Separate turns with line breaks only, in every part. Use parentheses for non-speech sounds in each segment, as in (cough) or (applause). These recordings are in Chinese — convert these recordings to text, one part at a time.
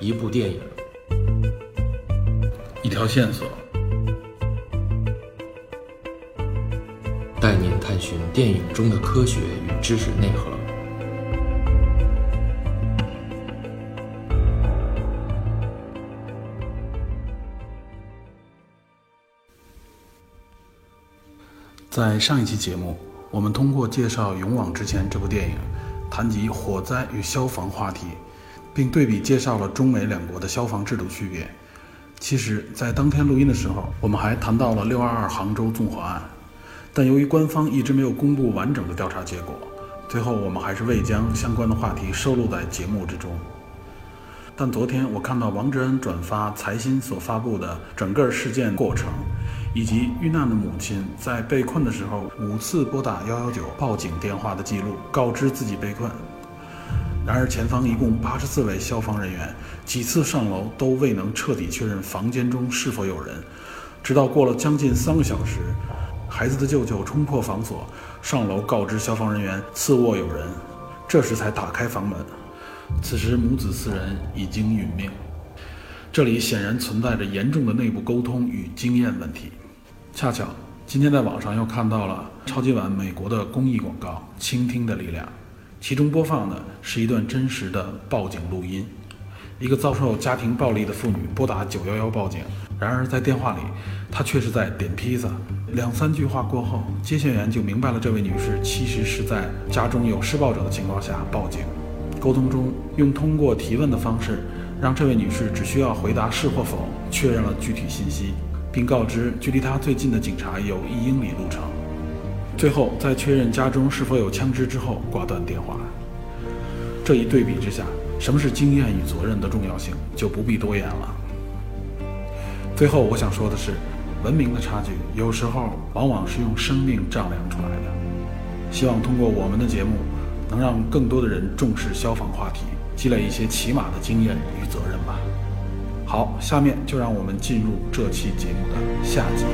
一部电影，
一条线索，
带您探寻电影中的科学与知识内核。
在上一期节目，我们通过介绍《勇往直前》这部电影，谈及火灾与消防话题，并对比介绍了中美两国的消防制度区别。其实，在当天录音的时候，我们还谈到了六二二杭州纵火案，但由于官方一直没有公布完整的调查结果，最后我们还是未将相关的话题收录在节目之中。但昨天我看到王志安转发财新所发布的整个事件过程，以及遇难的母亲在被困的时候五次拨打幺幺九报警电话的记录，告知自己被困。然而，前方一共八十四位消防人员几次上楼都未能彻底确认房间中是否有人，直到过了将近三个小时，孩子的舅舅冲破房锁上楼告知消防人员次卧有人，这时才打开房门。此时母子四人已经殒命，这里显然存在着严重的内部沟通与经验问题。恰巧今天在网上又看到了超级碗美国的公益广告《倾听的力量》，其中播放的是一段真实的报警录音。一个遭受家庭暴力的妇女拨打九幺幺报警，然而在电话里，她却是在点披萨。两三句话过后，接线员就明白了这位女士其实是在家中有施暴者的情况下报警。沟通中，用通过提问的方式，让这位女士只需要回答是或否，确认了具体信息，并告知距离她最近的警察有一英里路程。最后，在确认家中是否有枪支之后，挂断电话。这一对比之下，什么是经验与责任的重要性就不必多言了。最后，我想说的是，文明的差距有时候往往是用生命丈量出来的。希望通过我们的节目。能让更多的人重视消防话题，积累一些起码的经验与责任吧。好，下面就让我们进入这期节目的下集。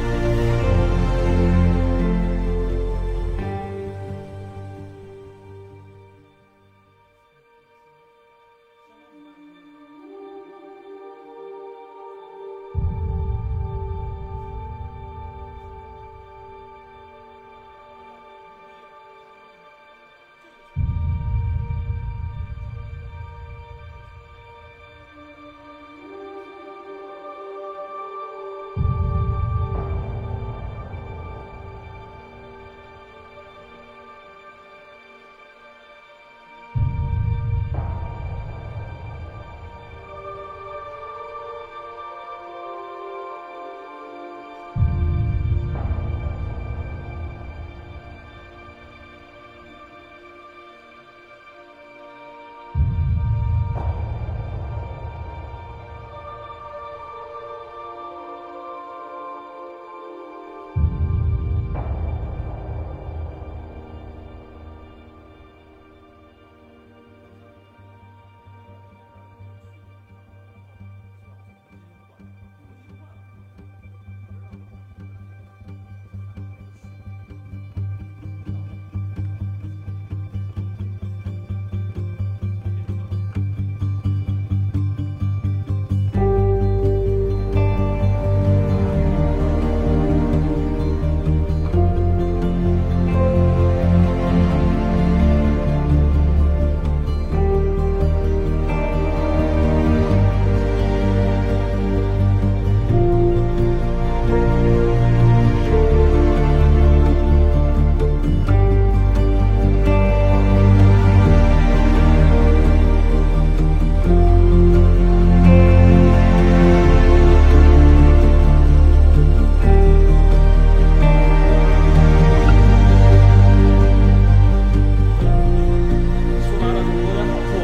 说白了，就是有点好说我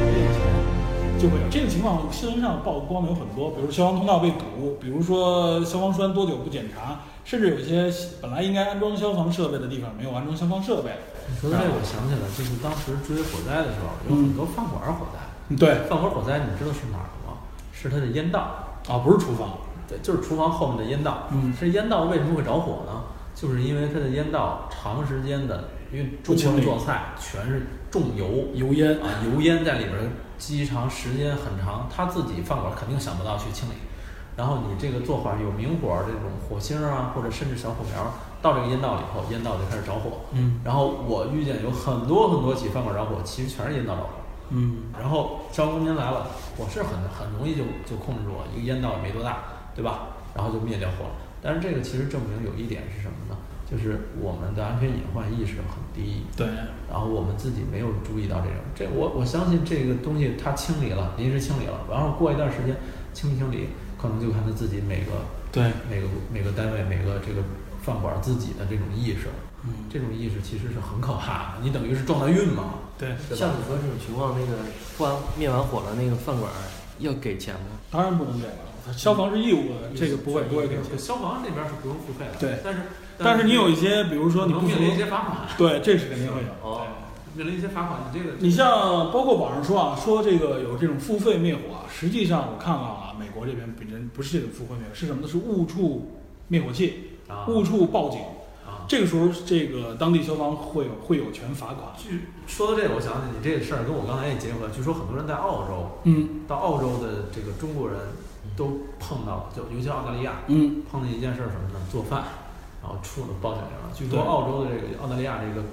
没有钱，就会有这个情况。新闻上曝光的有很多，比如消防通道被堵，比如说消防栓多久不检查，甚至有些本来应该安装消防设备的地方没有安装消防设备。
你说到这，我想起来，就是当时追火灾的时候，有很多饭馆儿火灾。
对，
饭馆儿火灾，你知道是哪儿吗？是它的烟道，
啊，不是厨房，
对，就是厨房后面的烟道。
嗯
这烟道为什么会着火呢？就是因为它的烟道长时间的，因为
不
中国
清理
人做菜全是重油
油烟，
啊，油烟在里边儿积长时间很长，他自己饭馆肯定想不到去清理。然后你这个做法有明火这种火星儿啊，或者甚至小火苗儿到这个烟道里以后，烟道就开始着火。
嗯
然后我遇见有很多很多起饭馆着火，其实全是烟道着火。
嗯
然后消防您来了，火势很很容易就就控制住了，一个烟道也没多大，对吧？然后就灭掉火了。但是这个其实证明有一点是什么呢？就是我们的安全隐患意识很低，
对，
然后我们自己没有注意到这种，这我我相信这个东西它清理了，临时清理了，然后过一段时间清不清理，可能就看他自己每个
对，
每个每个单位每个这个饭馆自己的这种意识，
嗯
这种意识其实是很可怕的，你等于是撞大运嘛，
对，
对吧
像你说这种情况，那个关灭完火了，那个饭馆儿要给钱吗？
当然不能这样，消防是义务的，这个不会不会给钱。
消防这边是不用付费的，
对
但是
但是你有一些，比如说你
能
不
面
服，
临一些罚款，
对，这是肯定会有。
哦
对
面临一些罚款，你这个
你像包括网上说啊，说这个有这种付费灭火，实际上我看看啊，美国这边本身不是这种付费灭火，是什么呢？是误触灭火器，
啊
误触报警。
啊，
这个时候，这个当地消防会有会有权罚款。
据说到这个，我想起你这个事儿跟我刚才也结合，据说很多人在澳洲。
嗯
到澳洲的这个中国人都碰到了，就尤其澳大利亚
嗯，
碰见一件事儿什么呢？做饭，然后出了报警铃了。据说
对
澳洲的这个澳大利亚这个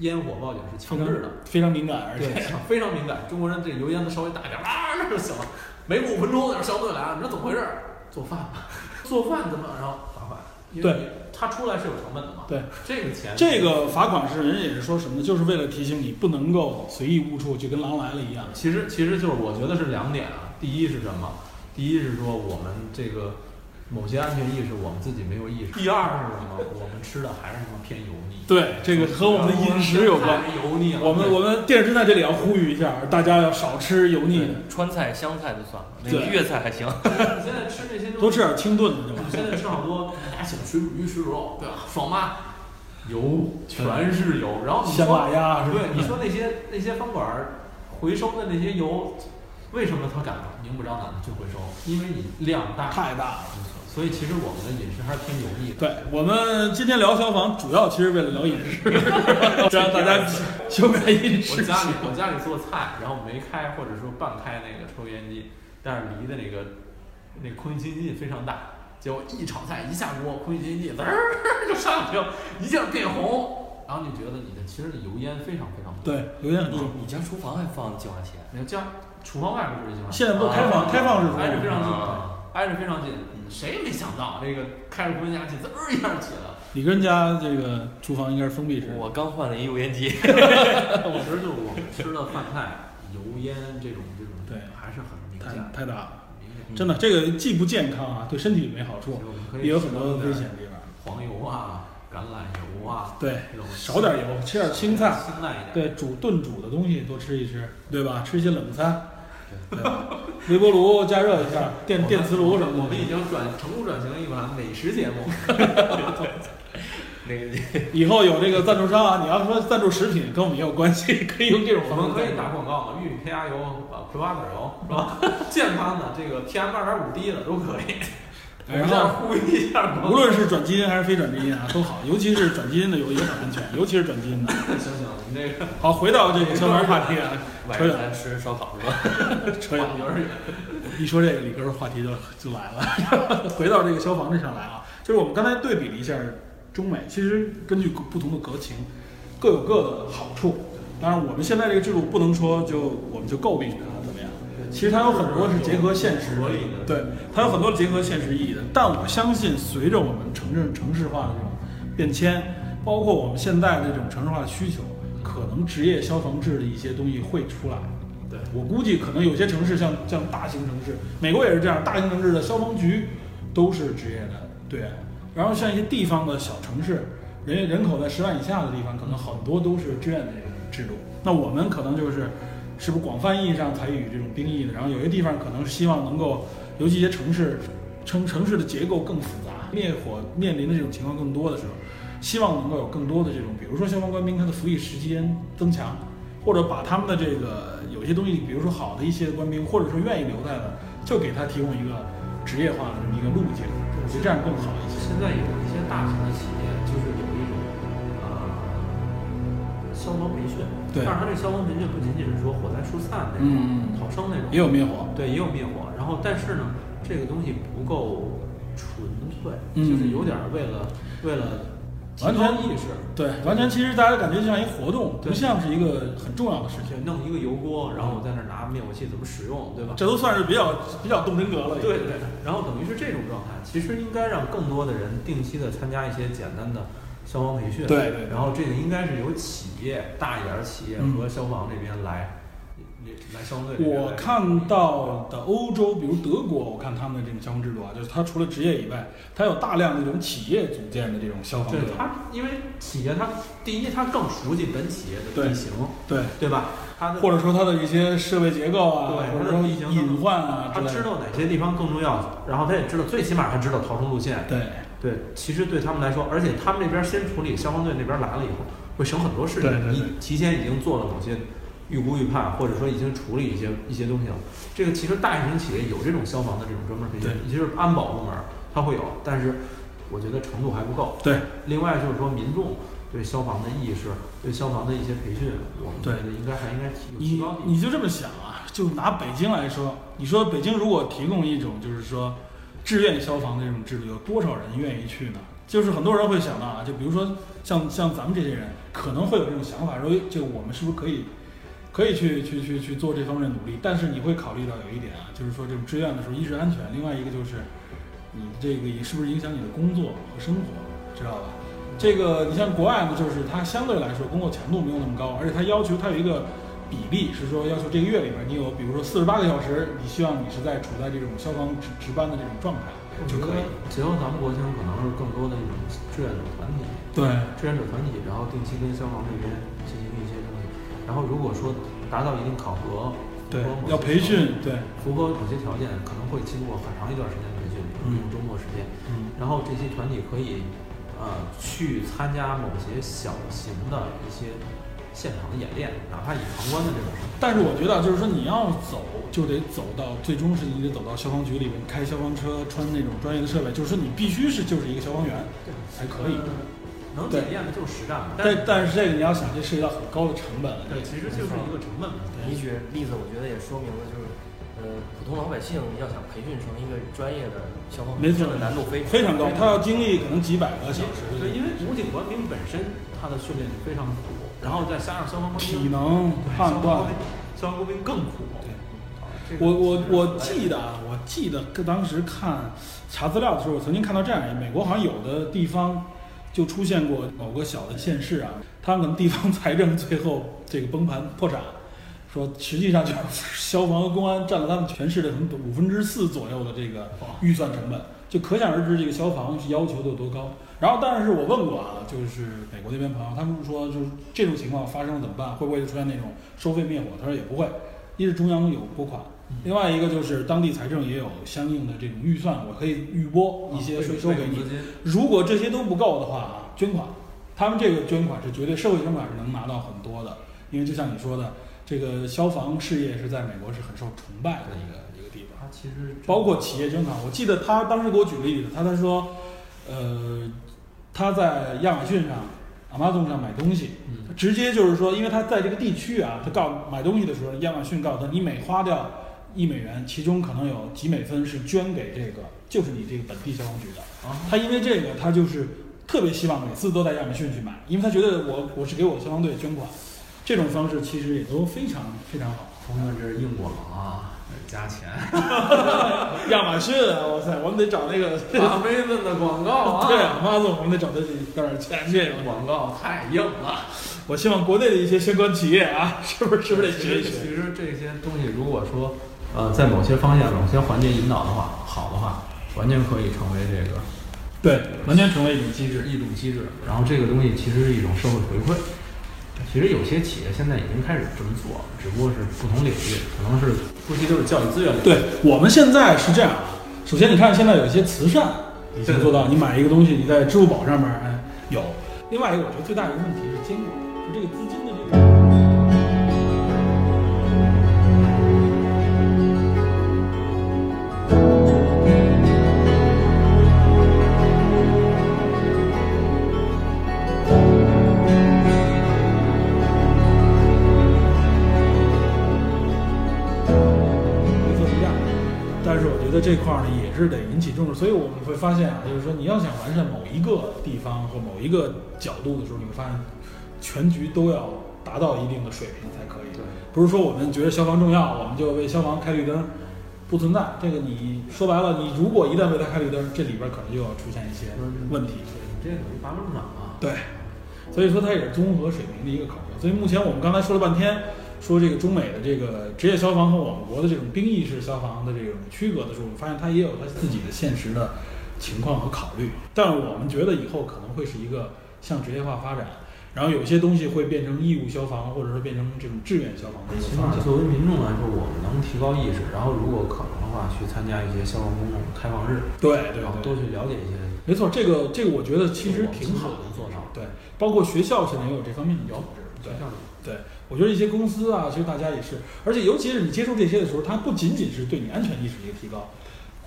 烟火报警是强制的，
非常敏感，而
对
且，
(laughs) 非常敏感。中国人这油烟子稍微大一点，啊就行了。没过五分钟，那消防队来了，你说怎么回事儿？做饭吧， (laughs) 做饭怎么然后罚款？因为
对
你，他出来是有成本的嘛。
对，
这个钱
这个罚款是人家也是说什么呢？就是为了提醒你不能够随意误触，就跟狼来了一样。
其实其实就是我觉得是两点啊。第一是什么？第一是说我们这个某些安全意识我们自己没有意识。第二是什么？我们吃的还是他妈偏油腻。
对，这个和我们的饮食有关。
太油腻了。
我们我们电视在这里要呼吁一下，大家要少吃油腻的，
川菜、湘菜就算了，那个
对
粤菜还行。
对你现在吃这些东西
多吃。点清炖的就
我
完
们。现在吃好多大家喜欢水煮鱼、水煮肉，对吧？爽吧？油全是油，然后你
香
说
辣鸭是吧？
对你说那些那些饭馆儿回收的那些油，为什么他敢明目张胆的去回收？因为你量大。
太大了。
所以其实我们的饮食还是偏油腻的。
对我们今天聊消防，主要其实为了聊饮食，让大家修改饮
我
食。
家里我家里做菜，然后没开或者说半开那个抽油烟机，但是离的那个那空气清净剂非常大，结果一炒菜一下锅，空气清净剂滋儿 (laughs) 就上去了，一下变红，然后你觉得你的其实你油烟非常非常多。
对，油烟很
你
重。
你家厨房还放净化器？
你看这样，厨房外边就是一句话，
现在不开放，开放式厨
啊挨着非
房，
常近
啊，
挨着非常近，谁也没想到这个开着空气净化器滋儿一下起来了。
你跟人家这个厨房应该是封闭式。
我刚换了一油烟 (laughs) 机。
(laughs) 我觉得就是我们吃的饭菜油烟这种这种，
对
还是很明
太
显的。
太大了，
明
真的，这个既不健康啊，对身体也没好处，
显
也有很多危险，的地方。
黄油啊、橄榄油啊，
对，
这种
少点油，吃点青菜。
清淡一点。
对，煮炖煮的东西多吃一吃，对吧？吃一些冷餐，对吧 (laughs) 微波炉加热一下，
我
电
们
电磁炉什
我
么
们
的。
已经转成功转型一款美食节目，
(laughs)
那个
以后有这个赞助商啊，你要说赞助食品跟我们也有关系， (laughs) 可以
(laughs)
用这种
我
方
们
式。
可以打广告嘛，玉米胚芽油、啊葵花籽油是吧？ (laughs) 健康的这个 PM 二点五低的都可以。
哎然
我们再
后，
呼吁一下广告， (laughs)
无论是转基因还是非转基因啊，都好，尤其是转基因的有也很安全，尤其是转基因的。
行行，我们这个
好，回到这个消防话题啊，
晚
扯远
上
了，
咱吃烧烤是吧？
(laughs) 扯远了。
幼儿园
一说这个，理科话题就就来了。回到这个消防这上来啊，就是我们刚才对比了一下中美，其实根据不同的国情，各有各的好处。当然，我们现在这个制度不能说就我们就诟病它怎么样，其实它有很多是结合现实
合理的
对，它有很多结合现实意义的。但我相信，随着我们城镇城市化的这种变迁，包括我们现在的这种城市化需求，可能职业消防制的一些东西会出来。
对
我估计可能有些城市像像大型城市，美国也是这样，大型城市的消防局都是职业的队员。然后像一些地方的小城市，人人口在十万以下的地方，可能很多都是志愿的制度。那我们可能就是，是不是广泛意义上采取这种兵役的？然后有些地方可能希望能够，尤其一些城市，城城市的结构更复杂，灭火面临的这种情况更多的时候，希望能够有更多的这种，比如说消防官兵他的服役时间增强，或者把他们的这个有些东西，比如说好的一些官兵，或者说愿意留在的，就给他提供一个职业化的这么一个路径，我觉得这样更好一些。
现在有一些大型的企业，就是有一种啊，呃消防培训，
对
但是它这消防培训不仅仅是说火灾疏散那种、
嗯嗯
逃生那种，
也有灭火，
对，也有灭火。然后，但是呢，这个东西不够纯粹，
嗯
就是有点儿为了为了提
完
高
全
意识，
对，完全其实大家感觉就像一活动，
对
不像是一个很重要的事
对
情，，
弄一个油锅，然后我在那儿拿灭火器怎么使用，对吧？
这都算是比较比较动真格了。
对对，然后等于是这种状态，其实应该让更多的人定期的参加一些简单的消防培训。
对对
然后这个应该是由企业大一点儿的企业
嗯
和消防这边来，来消防队这边来。
我看到的欧洲，比如德国，我看他们的这种消防制度啊，就是它除了职业以外，它有大量这种企业组建的这种消防队
对。他，因为企业他第一他更熟悉本企业的
对
地形，
对，
对吧？他的
或者说它的一些设备结构啊，
对
或者
它
说
的地形
隐患啊
他
之类
知
的。
道哪些地方更重要，然后他也知道，最起码他知道逃生路线。
对
对，其实对他们来说，而且他们那边先处理，消防队那边来了以后，会省很多事情。
对对对
你提前已经做了某些预估预判，或者说已经处理一些一些东西了。这个其实大型企业有这种消防的这种专门培训，
对
也就是安保部门儿它会有，但是我觉得程度还不够。
对
另外就是说，民众对消防的意识、对消防的一些培训，我们觉
对
得应该还应该提有提
你
高的地方。
你就这么想啊？就拿北京来说，你说北京如果提供一种就是说志愿消防的这种制度，有多少人愿意去呢？就是很多人会想到啊，就比如说像像咱们这些人，可能会有这种想法，说哎就我们是不是可以可以去去去去做这方面努力？但是你会考虑到有一点啊，就是说这种志愿的时候，一是安全，另外一个就是你这个也是不是影响你的工作和生活，知道吧？这个你像国外呢，就是它相对来说工作强度没有那么高，而且它要求它有一个比例是说要求这个月里边你有，比如说四十八个小时，你希望你是在处在这种消防值值班的这种状态
嗯
就可以。。
结合咱们国情，可能是更多的一种志愿者团体。
对，
志愿者团体，然后定期跟消防这边进行一些东西。然后如果说达到一定考核，
对
符合某，些
要培训，对，
条件，符合某些条件，可能会经过很长一段时间的培训，比
嗯
如用周末时间。
嗯
然后这些团体可以，呃，去参加某些小型的一些现场的演练，哪怕以旁观的这种视角。
但是我觉得啊就是说你要走，就得走到最终是你得走到消防局里面开消防车，穿那种专业的设备，就是说你必须是就是一个消防员才可以。
能
对
检验的就是实战，
但但是这个你要想，这涉及到很高的成本了。
对，其实就是一个成本问题。
你举的例子，我觉得也说明了，就是呃，普通老百姓要想培训成一个专业的消防
没
员，
错
这个难度非常
非常高，他要经历可能几百个小时的
对，因为武警官兵本身他的训练就非常苦，然后再加上消防官兵
体能判断。，
消防官兵更苦。这个
我我
其实
我记得啊，我记得跟当时看查资料的时候，我曾经看到这样一个，美国好像有的地方就出现过某个小的县市啊，他们可能地方 (laughs) 财政最后这个崩盘破产，说实际上就是消防和公安占了他们全市的可能五分之四左右的这个预算成本，就可想而知这个消防是要求的有多高。然后，但是我问过啊，就是美国那边朋友，他们说就是这种情况发生了怎么办？会不会就出现那种收费灭火？他说也不会，一是中央有拨款，
嗯
另外一个就是当地财政也有相应的这种预算，我可以预拨
啊
一些税收给你
资。金
如果这些都不够的话啊，捐款，他们这个捐款是绝对社会捐款是能拿到很多的，因为就像你说的，这个消防事业是在美国是很受崇拜的一个一个地方，
他其实
包括企业捐款。我记得他当时给我举了例子，他他说，呃，他在亚马逊上、Amazon 上买东西，
嗯
直接就是说，因为他在这个地区啊，他告买东西的时候，亚马逊告诉他，你每花掉一美元，其中可能有几美分是捐给这个，就是你这个本地消防局的。
啊，
他因为这个，他就是特别希望每次都在亚马逊去买，因为他觉得我我是给我消防队捐款，这种方式其实也都非常非常好。
朋友们这是硬广啊，加钱，
亚马逊啊，哇塞，我们得找那 (laughs) 个，
大杯子的广告 (laughs)
对啊，妈总，我们得找他去干点钱去。
广告太硬了。
我希望国内的一些相关企业啊， (laughs) 是不是是不是得
其
学
实
一学？
其实这些东西，如果说呃在某些方向、某些环节引导的话，好的话，完全可以成为这个
对，完全成为一种
机制，一种机制。然后这个东西其实是一种社会回馈。其实有些企业现在已经开始这么做，只不过是不同领域，可能是初期都是教育资源领域。
对，我们现在是这样啊。首先，你看现在有一些慈善已经做到，你买一个东西，你在支付宝上面哎有。另外一个，我觉得最大一个问题是监管，就这个资金的这个。得这块儿呢也是得引起重视。所以我们会发现啊，就是说你要想完善某一个地方或某一个角度的时候，你会发现全局都要达到一定的水平才可以。
对
不是说我们觉得消防重要，我们就为消防开绿灯，不存在。这个你说白了，你如果一旦为它开绿灯，这里边可能就要出现一些问题。
你这等于拔苗助长啊。
对，所以说它也是综合水平的一个考核。所以目前我们刚才说了半天，说这个中美的这个职业消防和我们国的这种兵役式消防的这种区隔的时候，我们发现它也有它自己的现实的情况和考虑。但是我们觉得以后可能会是一个向职业化发展，然后有些东西会变成义务消防，或者说变成这种志愿消防的一个
起
方
码
向。
作为民众来说，我们能提高意识，然后如果可能的话，去参加一些消防公众开放日，
对对
然后
对
多，去了解一些。
没错，这个这个我觉得其实挺好的
能做到。
对，包括学校现在也有这方面的标志。对
像
对，我觉得一些公司啊，其实大家也是，而且尤其是你接触这些的时候，它不仅仅是对你安全意识的一个提高，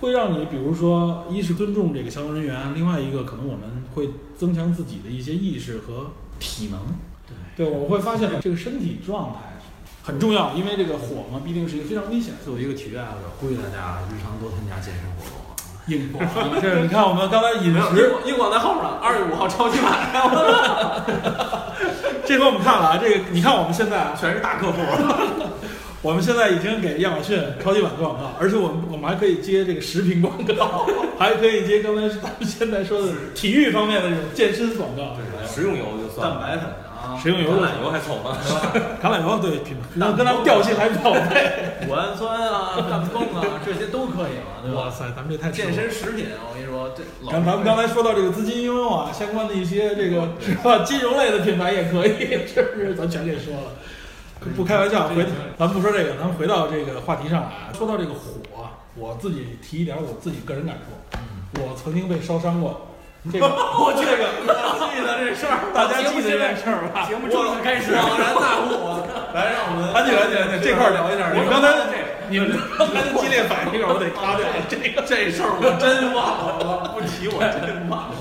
会让你比如说，一是尊重这个消防人员，另外一个可能我们会增强自己的一些意识和体能。对，我会发现这个身体状态很重要，因为这个火嘛，毕竟是一个非常危险的
作为一个体育爱好者，呼吁大家日常多参加健身活动啊。 (laughs)
硬火。 (laughs) 这是你看我们刚才饮
没有，
食
英广英广在后面，二月五号超级 (laughs) 碗，
这回我们看了啊，这个你看我们现在啊，
全是大客户。
我们现在已经给亚马逊超级碗做广告，而且我们我们还可以接这个食品广告，还可以接刚才咱们现在说的体育方面的这种健身广告，
食用油就算
蛋
了，
白粉啊，
食用油
橄榄油还凑合。
(laughs)
橄榄油对品牌，那跟咱调性还匹配。
谷氨酸啊，氮泵啊，这些都可以了，对
哇
吧？
塞，咱们这太
健。身食品，我跟你说，这老
咱咱们刚才说到这个资金应用
(laughs)
啊，相关的一些这个是吧，金融类的品牌也可以， (laughs) 是不是？咱全给说了，不开玩笑，回咱不说这个，咱们回到这个话题上来啊。说到这个火，我自己提一点我自己个人感受，我曾经被烧伤过，这个
嗯 (laughs) 我这个我记得这事儿，
大家记得这件事儿吧？
节目正式开始，
恍然大悟。 (laughs) 来，让我们
安静安静安静，这块儿聊一下。你们刚才
这
你们刚才的激烈反应这块儿我得擦掉。这个，
这事儿我真忘了，不提我真忘了。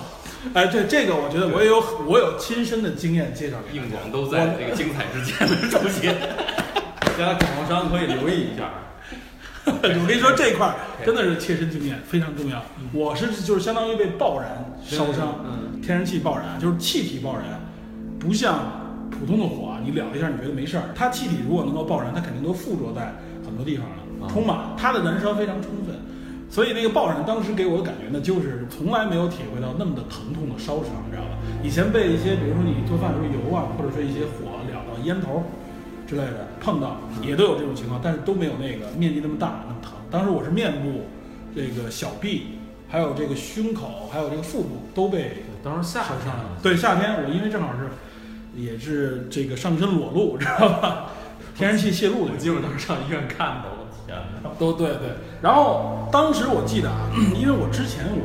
哎，这这个我觉得我也有我有亲身的经验介绍给
硬广都在这个精彩之间的出现。
大家感冒伤可以留
(laughs)
意一下。
大家。我跟你说这块儿真的是切身经验，非常重要。
嗯
我是就是相当于被爆燃烧伤，天然气爆燃就是气体爆燃，不像普通的火啊，你燎一下你觉得没事儿。它气体如果能够爆燃，它肯定都附着在很多地方
啊
了，充满它的燃烧非常充分。所以那个爆燃当时给我的感觉呢，就是从来没有体会到那么的疼痛的烧伤，你知道吧？以前被一些比如说你做饭的时候油啊，或者说一些火燎到烟头之类的碰到，
嗯
也都有这种情况，但是都没有那个面积那么大那么疼。当时我是面部、这个小臂，还有这个胸口，还有这个腹部都被
(laughs) 当时夏
烧
天
伤了。对，夏天我因为正好是也是这个上身裸露，知道吧？ (laughs) 天然气泄露的
嗯我记得我当时上医院看的，我天哪！
都对对。然后当时我记得啊， (clears throat) 因为我之前我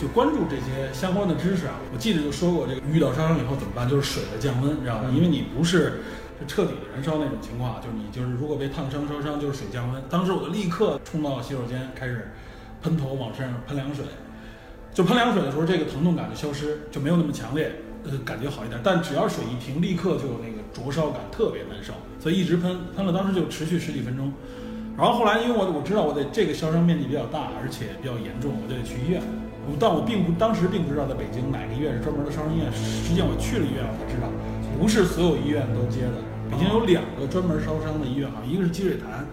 就关注这些相关的知识啊，我记得就说过这个遇到烧伤以后怎么办，就是水的降温，知道吧？因为你不是就彻底的燃烧那种情况啊，就是你就是如果被烫伤烧伤，就是水降温。当时我就立刻冲到洗手间开始喷头往身上喷凉水，就喷凉水的时候，这个疼痛感就消失，就没有那么强烈，呃，感觉好一点。但只要水一停，立刻就有那个灼烧感，特别难受，所以一直喷，喷了当时就持续十几分钟。然后后来因为我我知道我的这个烧伤面积比较大，而且比较严重，我就得去医院。我但我并不当时并不知道在北京哪个医院是专门的烧伤医院，实际上我去了医院我才知道，不是所有医院都接的。北京有两个专门烧伤的医院，好像一个是积水潭，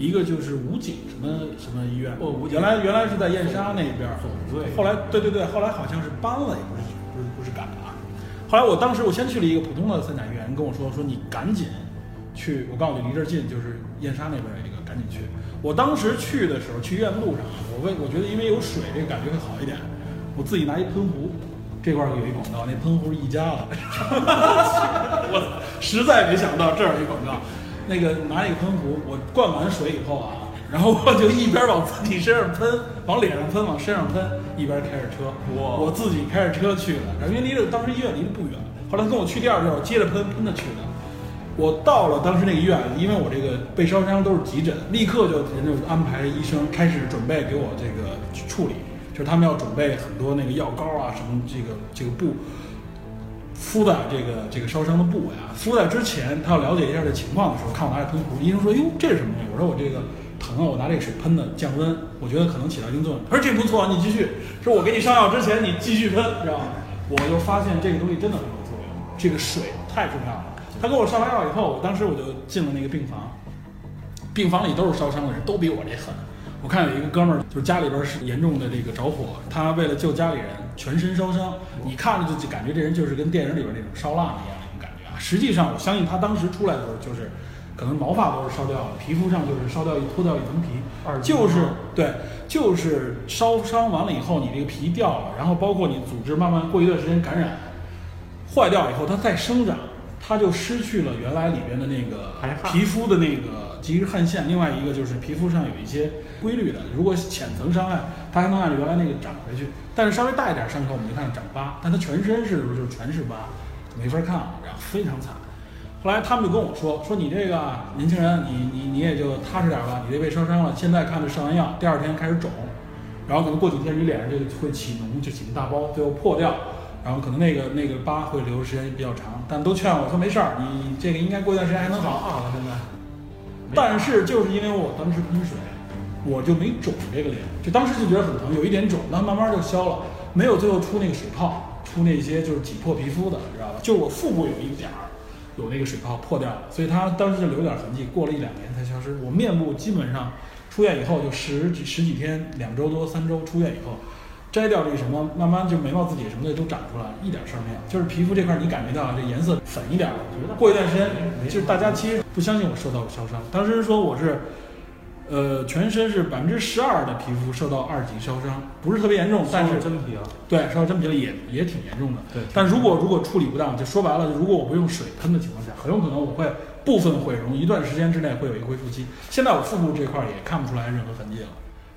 一个就是武警什么什么医院。
哦武警
原来原来是在燕莎那边儿，
对
后来对对对，后来好像是搬了，也不是不是不是赶啊。后来我当时我先去了一个普通的三甲医院，人跟我说说你赶紧去，我告诉你离这儿近就是燕莎那边有一个，赶紧去。我当时去的时候，去医院路上啊，我为我觉得因为有水，这个感觉会好一点。我自己拿一喷壶，这块儿有一广告，那喷壶是一家的， (laughs) 我实在没想到这儿有一广告。那个拿一个喷壶，我灌完水以后啊，然后我就一边往自己身上喷，往脸上喷，往身上喷，一边开着车。
哇
我自己开着车去的，然后因为离这当时医院离得不远。后来他跟我去第二地儿，我接着喷喷着去的。我到了当时那个医院，因为我这个被烧伤都是急诊，立刻就人就安排医生开始准备给我这个处理，就是他们要准备很多那个药膏啊什么这个这个布，敷在这个这个烧伤的部位啊，敷在之前，他要了解一下这情况的时候，看我拿着喷壶，医生说：“哟，这是什么东西？”我说：“我这个疼啊，我拿这个水喷的降温，我觉得可能起到一定作用。他说这不错，你继续。说我给你上药之前你继续喷，知道吗？我就发现这个东西真的很有作用，这个水太重要了。他给我上完药以后，我当时我就进了那个病房，病房里都是烧伤的人，都比我这狠。我看有一个哥们儿，就是家里边是严重的这个着火，他为了救家里人，全身烧伤，你看着就感觉这人就是跟电影里边那种烧蜡一样那种感觉啊。实际上，我相信他当时出来的时候，就是可能毛发都是烧掉了，皮肤上就是烧掉一脱掉一层皮，
耳机
就是
吗
对，就是烧伤完了以后，你这个皮掉了，然后包括你组织慢慢过一段时间感染，坏掉以后它再生长，它就失去了原来里边的那
排
个
汗
皮肤的那个即日汗腺。另外一个就是皮肤上有一些规律的，如果浅层伤害，它还能按照原来那个长回去，但是稍微大一点伤口我们就看长疤，但它全身是就是全是疤，没法看了，然后非常惨。后来他们就跟我说，说你这个年轻人，你你你也就踏实点吧，你这被烧伤了，现在看着上完药，第二天开始肿，然后可能过几天你脸上就会起脓，就起个大包，最后破掉，然后可能那个那个疤会留的时间比较长，但都劝我说没事儿，你这个应该过一段时间还能好啊，现在。但是就是因为我当时喷水，我就没肿这个脸，就当时就觉得很疼，有一点肿，但慢慢就消了，没有最后出那个水泡，出那些就是挤破皮肤的，知道吧？就是我腹部有一个点儿，有那个水泡破掉了，所以它当时就留点痕迹，过了一两年才消失。我面部基本上出院以后就十几十几天，两周多三周出院以后，摘掉这个什么，慢慢就眉毛自己什么的都长出来，一点事儿没有。就是皮肤这块儿你感觉到这颜色粉一点儿，过一段时间就是大家其实不相信我受到过烧伤，当时说我是。呃，全身是百分之十二的皮肤受到二级烧伤，不是特别严重，但是
真皮啊，
对，烧真皮了也也挺严重的。
对
但如果如果处理不当，就说白了，如果我不用水喷的情况下，很有可能我会部分毁容，一段时间之内会有一个恢复期。现在我腹部这块儿也看不出来任何痕迹了，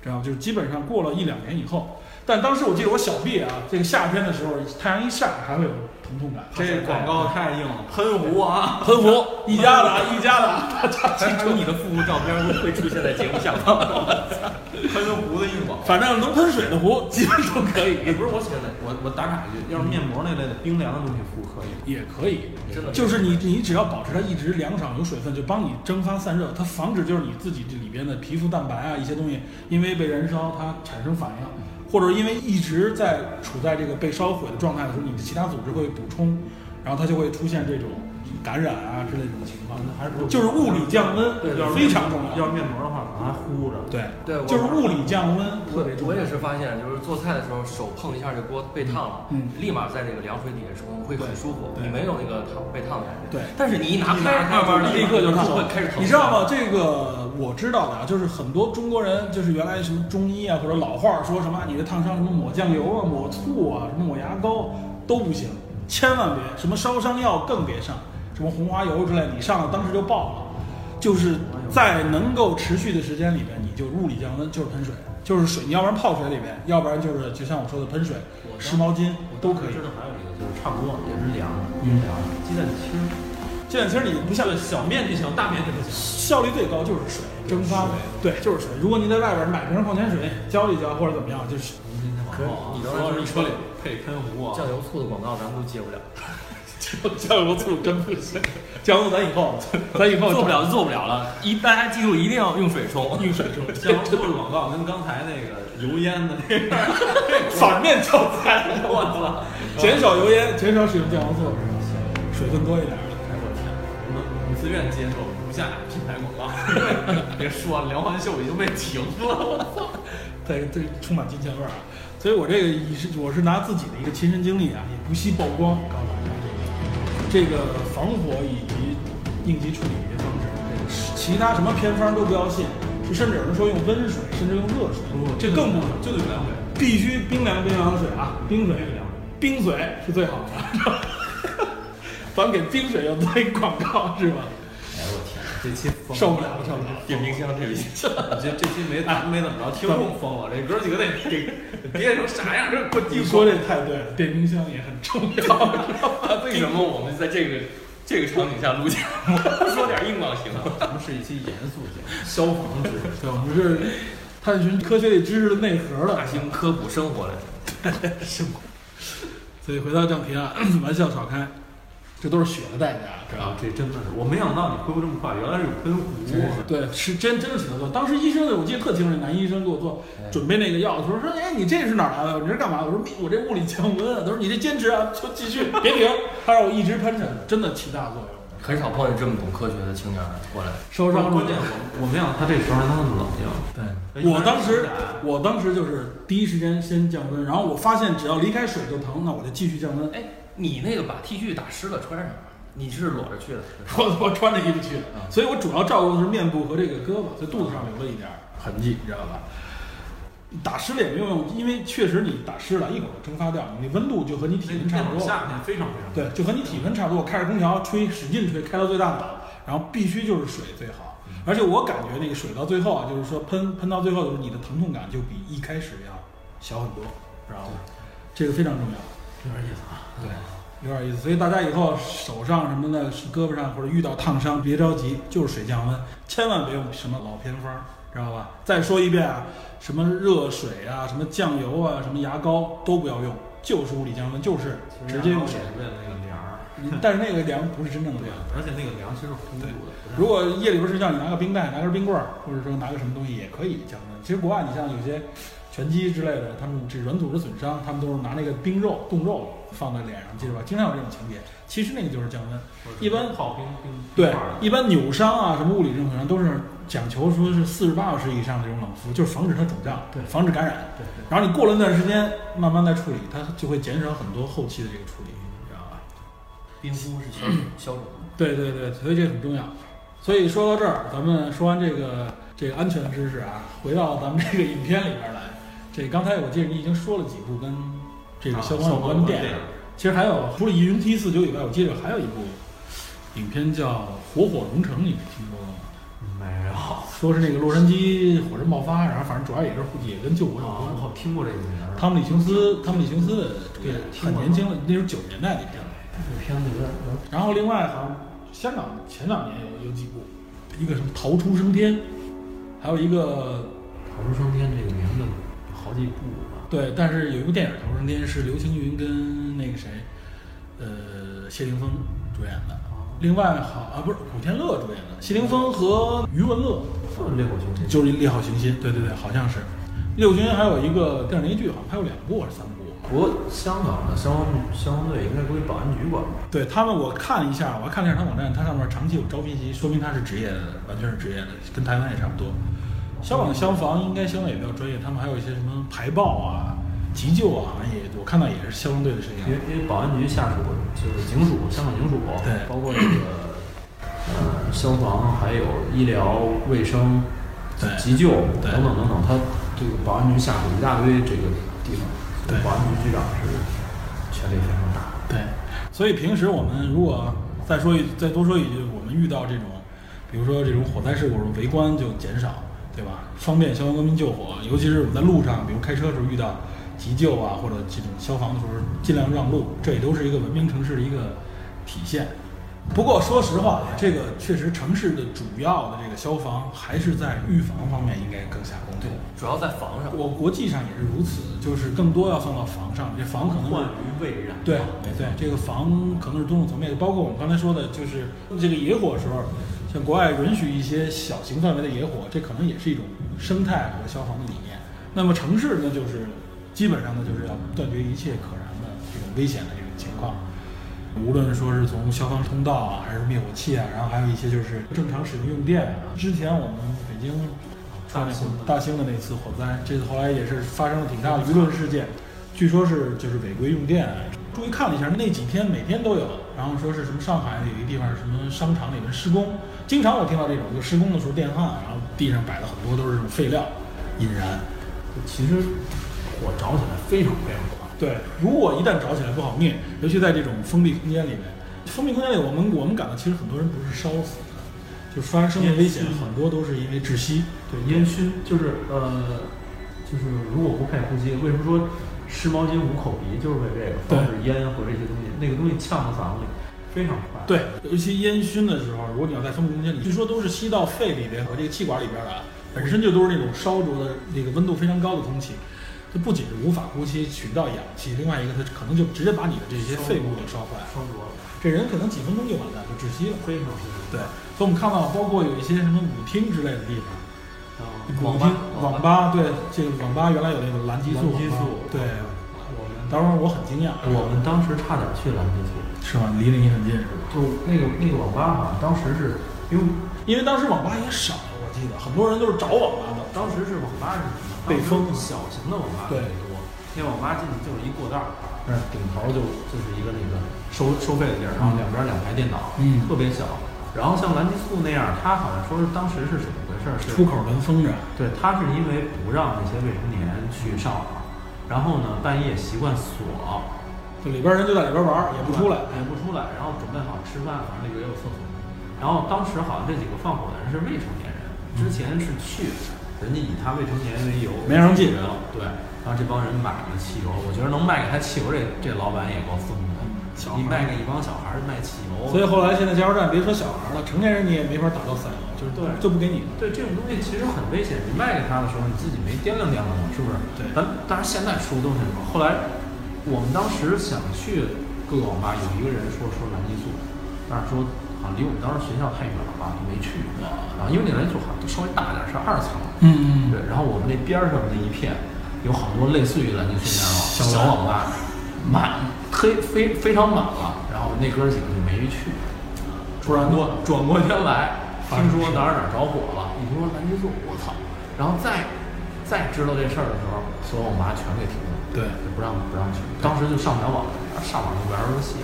知道吗？就是基本上过了一两年以后。但当时我记得我小臂啊，这个夏天的时候，太阳一晒还会有疼痛感。
这广告太硬了，喷壶啊，
喷壶一家的啊，一家的啊，大家记
还
住
有你的腹部照片会出现在节目下方。
喷壶的硬广告。
反正能喷水的壶基本都可以，
也不是我写的，
我我打岔一句，要是面膜那类的冰凉的东西敷可以，
也可以。
真的
就是你，你只要保持它一直凉爽有水分，就帮你蒸发散热，它防止就是你自己这里边的皮肤蛋白啊一些东西，因为被燃烧它产生反应，或者因为一直在处在这个被烧毁的状态的时候，你的其他组织会补充，然后它就会出现这种感染啊之类的这种情况，
还是不
就是物理降温
对
要是
非常重
要
要。
是面膜的话，可能还呼着。
对，
对，我
就是物理降温特别
我
重
我
要
也。是发现，就是做菜的时候手碰一下这锅被烫了，
嗯
立马在这个凉水底下冲会很舒服，
对
你没有那个烫被烫的感觉。
对
但是你一拿
一拿
开，
开
慢慢的
立刻就
手
上
会开始疼，
你知道吗？？这个我知道的啊，就是很多中国人，就是原来什么中医啊，或者老话儿说什么你这烫伤什么抹酱油啊、抹醋啊、什么抹牙膏都不行，千万别什么烧伤药更别上，什么红花油之类，你上了当时就爆了。就是在能够持续的时间里边，你就物理降温，就是喷水，就是水，你要不然泡水里边，要不然就是就像我说的喷水、
我
湿毛巾都可以
知。道还有一个就是差不多
也是凉的，
嗯
凉的。
鸡蛋清，
这两其实你不像
对小面就行，大面就不行。
效率最高就是水蒸发，对，就是水。如果您在外边买瓶矿泉水浇一浇或者怎么样，就是
可是你
说
刚才
要是
说
车里配喷壶啊，
酱油醋的广告咱们都接不了， (laughs)
酱油醋真不行，酱油醋咱以后咱以后
做不了就做不了了。一大家记住，一定要用水冲。
用水蒸，
酱油醋的广告跟刚才那个油烟的那个，
反面教材，
我操！
减少油烟，减少使用酱油醋，水分多一点。
哎我天，我自愿接受如下品牌广告。别说了，连环秀已经被停了。
对对，充满金钱味儿啊！所以我这个也是，我是拿自己的一个亲身经历啊，也不惜曝光，告诉大家这个这个防火以及应急处理的一些方式，这个是其他什么偏方都不要信，是甚至有人说用温水，甚至用热水，哦这更不准，
就得来回。
必须冰凉冰凉的水啊，冰水，冰水是最好的。咱们给冰水又做一广告是吧？
哎我天，这期疯
受不了了，受不了了。
点冰箱这里，
这这期没没怎么着，听众疯了，这哥几个得给憋成啥样？这滚
你
地
说这太对了，电冰箱也很重要。
(laughs) 为什么我们在这个这个场景下录节目？说点硬朗行啊吗？
咱们是一期严肃节目，消防知识。
对，我们是探寻科学里知识的内核
大
的。
型科普生活来着。
(clears throat) 所以回到正题啊，玩笑少开。这都是血的代价，知道
啊
吧？，
这真的是，我没想到你恢复这么快，原来是有喷壶。啊
对，是真真的是他做。当时医生，我记得特清楚，男医生给我做准备那个药的时候说：“哎，你这是哪儿来的？你这是干嘛？”我说：“我这物理降温。”啊。他说：“你这坚持啊，就继续，别停。”他让我一直喷着，真的起大作用。
很少碰见这么懂科学的青年儿过来。
烧伤
关键我我没想到他这时候能那么冷静。
对，
我当时，我当时就是第一时间先降温，然后我发现只要离开水就疼，那我就继续降温。
哎，你那个把 T 恤打湿了穿上，你是裸着去的？
我我穿着衣服去的，
嗯
啊
所以我主要照顾的是面部和这个胳膊，所以肚子上留了一点痕迹，你知道吧？打湿了也没有用，因为确实你打湿了，一会儿蒸发掉，你那温度就和你体温差
那
不
会儿
多。
夏天非常非常冷。
对，就和你体温差不多，开着空调吹，使劲吹，开到最大档，然后必须就是水最好。
嗯
而且我感觉那个水到最后啊，就是说喷喷到最后，就是你的疼痛感就比一开始要小很多，知道吗？这个非常重要，
有点意思啊。
有点意思。所以大家以后手上什么的、胳膊上或者遇到烫伤，别着急，就是水降温，千万别用什么老偏方儿，知道吧？再说一遍啊，什么热水啊、什么酱油啊、什么牙膏都不要用，就是物理降温，就是直接用水
水。为了那个凉儿，
但是那个凉不是真正的凉。
而且那个凉其实是呼噜
对
的。不太
如果夜里边睡觉，你拿个冰袋，拿根冰棍儿，或者说拿个什么东西也可以降温。其实国外你像有些拳击之类的，他们这软组织损伤，他们都是拿那个冰肉冻肉放在脸上，记得吧？经常有这种情节。其实那个就是降温。
或者
一般
泡冰冰
对
块儿，
一般扭伤啊，什么物理这种损伤都是讲求说是四十八小时以上的这种冷敷，就是防止它肿胀，
对
防止感染。
对对。
然后你过了那段时间，慢慢再处理，它就会减少很多后期的这个处理，你知道吧？
冰敷是消 (clears throat) 肿消肿的。
对对对，所以这很重要。所以说到这儿，咱们说完这个这个安全知识啊，回到咱们这个影片里边来。这刚才我记得你已经说了几部跟这个
啊
消防
消
有
防
关
有
的
关
电影
电影，
其实还有除了《云梯四九》以外，我记得还有一部影片叫《火火龙城》，你们听说过吗？
没有。
说是那个洛杉矶火山爆发，然后反正主要也是也跟救火有
我
关。
好听过这个名儿。
汤姆·李琼斯，汤姆·李琼斯的啊对
听
很
过
年轻了，那是九十年代的片子。
这个片子有点有
然后另外好像香港前两年有有几部，一个什么《逃出升天》，还有一个
《逃出升天》这个名字有好几部吧。
对，但是有一部电影《逃出升天》是刘青云跟那个谁，呃，谢霆锋主演的。另外好啊，不是古天乐主演的，谢霆锋和余文乐
就是烈火雄心。
就是《烈火雄心》，对对对，好像是。《烈火雄心》还有一个电视连续剧，好像拍过两部还是三部。
不过香港的消防消防队应该归保安局管吧？
对他们，我看了一下，我还看了一下他网站，它上面长期有招聘信息，说明他是职业的，完全是职业的，跟台湾也差不多。香港的消防应该相对也比较专业，他们还有一些什么排爆啊、急救啊，好像也我看到也是消防队的身
因为
影。
因为保安局下属就是警署，香港警署，
对
包括这个呃消防，还有医疗卫生
对、
急救
对
等等等等，它这个保安局下属一大堆这个地方，所以
对
保安局局长是权力非常大。
对，所以平时我们如果再说一再多说一句，我们遇到这种，比如说这种火灾事故，围观就减少，对吧？方便消防官兵救火，尤其是我们在路上，比如开车的时候遇到急救啊，或者这种消防的时候，尽量让路，这也都是一个文明城市的一个体现。不过说实话，这个确实城市的主要的这个消防还是在预防方面应该更下功夫。
对，主要在防上。
我国际上也是如此，就是更多要放到防上，这防可能是
患于未然。
对对，这个防可能是多种层面的，包括我们刚才说的，就是这个野火的时候，像国外允许一些小型范围的野火，这可能也是一种生态和消防的理念。那么城市呢，就是基本上呢，就是要断绝一切可燃的这种危险的这种情况。无论说是从消防通道啊，还是灭火器啊，然后还有一些就是正常使用用电啊。之前我们北京出那次大兴的那次火灾，这次后来也是发生了挺大的舆论事件，据说是就是违规用电。啊注意看了一下，那几天每天都有，然后说是什么上海有一个地方什么商场里面施工，经常我听到这种，就施工的时候电焊，然后地上摆了很多都是这种废料，引燃。
其实火着起来非常非常快。
对，如果一旦着起来不好灭，尤其在这种封闭空间里面，封闭空间里，我们我们感到其实很多人不是烧死的，就是发生生命危险，很多都是因为窒息。
对，烟熏就是呃，就是如果不配呼吸，为什么说湿毛巾捂口鼻，就是为这个
对
防止烟啊或者这些东西，那个东西呛到嗓子里非常快。，
对，尤其烟熏的时候，如果你要在封闭空间里，据说都是吸到肺里边和这个气管里边的啊，本身就都是那种烧灼的那个温度非常高的空气。它不仅是无法呼吸、取不到氧气，另外一个它可能就直接把你的这些废物给烧坏了，
双灼了，
这人可能几分钟就完蛋，就窒息了。
非常非
对，所以我们看到，包括有一些什么舞厅之类的地方，
常。呃
舞
网吧
厅、网吧，对，这个网吧原来有那个蓝激素
蓝
网吧
激素，
对，
我们
当时我很惊讶，
我们当时差点去蓝激素，
是吧？离你很近是吧？
就那个那个网吧好像当时是因为
因为当时网吧也少，我记得很多人都是找网吧的，
当时是网吧是什么？
被封
当时小型的网吧
对
很多，那网吧进去就是一过道儿，
嗯
但是顶头就就是一个那个收收费的地儿，然后两边两排电脑，
嗯
特别小。然后像蓝激素那样，它好像说是当时是怎么回事儿？是
出口门封着，
对，他是因为不让那些未成年去上网，然后呢半夜习惯锁，
就里边人就在里边玩儿，也不出来。
也不出来，然后准备好吃饭，反正里边也有厕所。然后当时好像这几个放火的人是未成年人，之前是去人家以他未成年为由，
没让进
对，然后这帮人买了汽油，我觉得能卖给他汽油这这老板也够疯的，
小孩
你
儿
卖给一帮小孩儿卖汽油，
所以后来现在加油站，别说小孩了，成年人你也没法打到伞了，就是
对
就不给你了。
对这种东西其实很危险，你卖给他的时候，你自己没掂量掂量吗？是不是？
对
咱当然现在出东西了。后来我们当时想去各个网吧，有一个人说说蓝激素，但是说好像离我们当时学校太远了吧，就没去。然后因为那个蓝激素好像稍微大点儿，是二层。
嗯
对，然后我们那边儿上那一片有好多类似于蓝激素
小
那样
网
的啊小网吧，满黑非非常满了。然后那哥儿几个就没去。
突然
过转过天来，听说哪儿哪儿着火了，一听说蓝激素，我操！然后再再知道这事儿的时候，所有网吧全给停了，
对
就不让不让去，当时就上不了网，上网就玩儿游戏。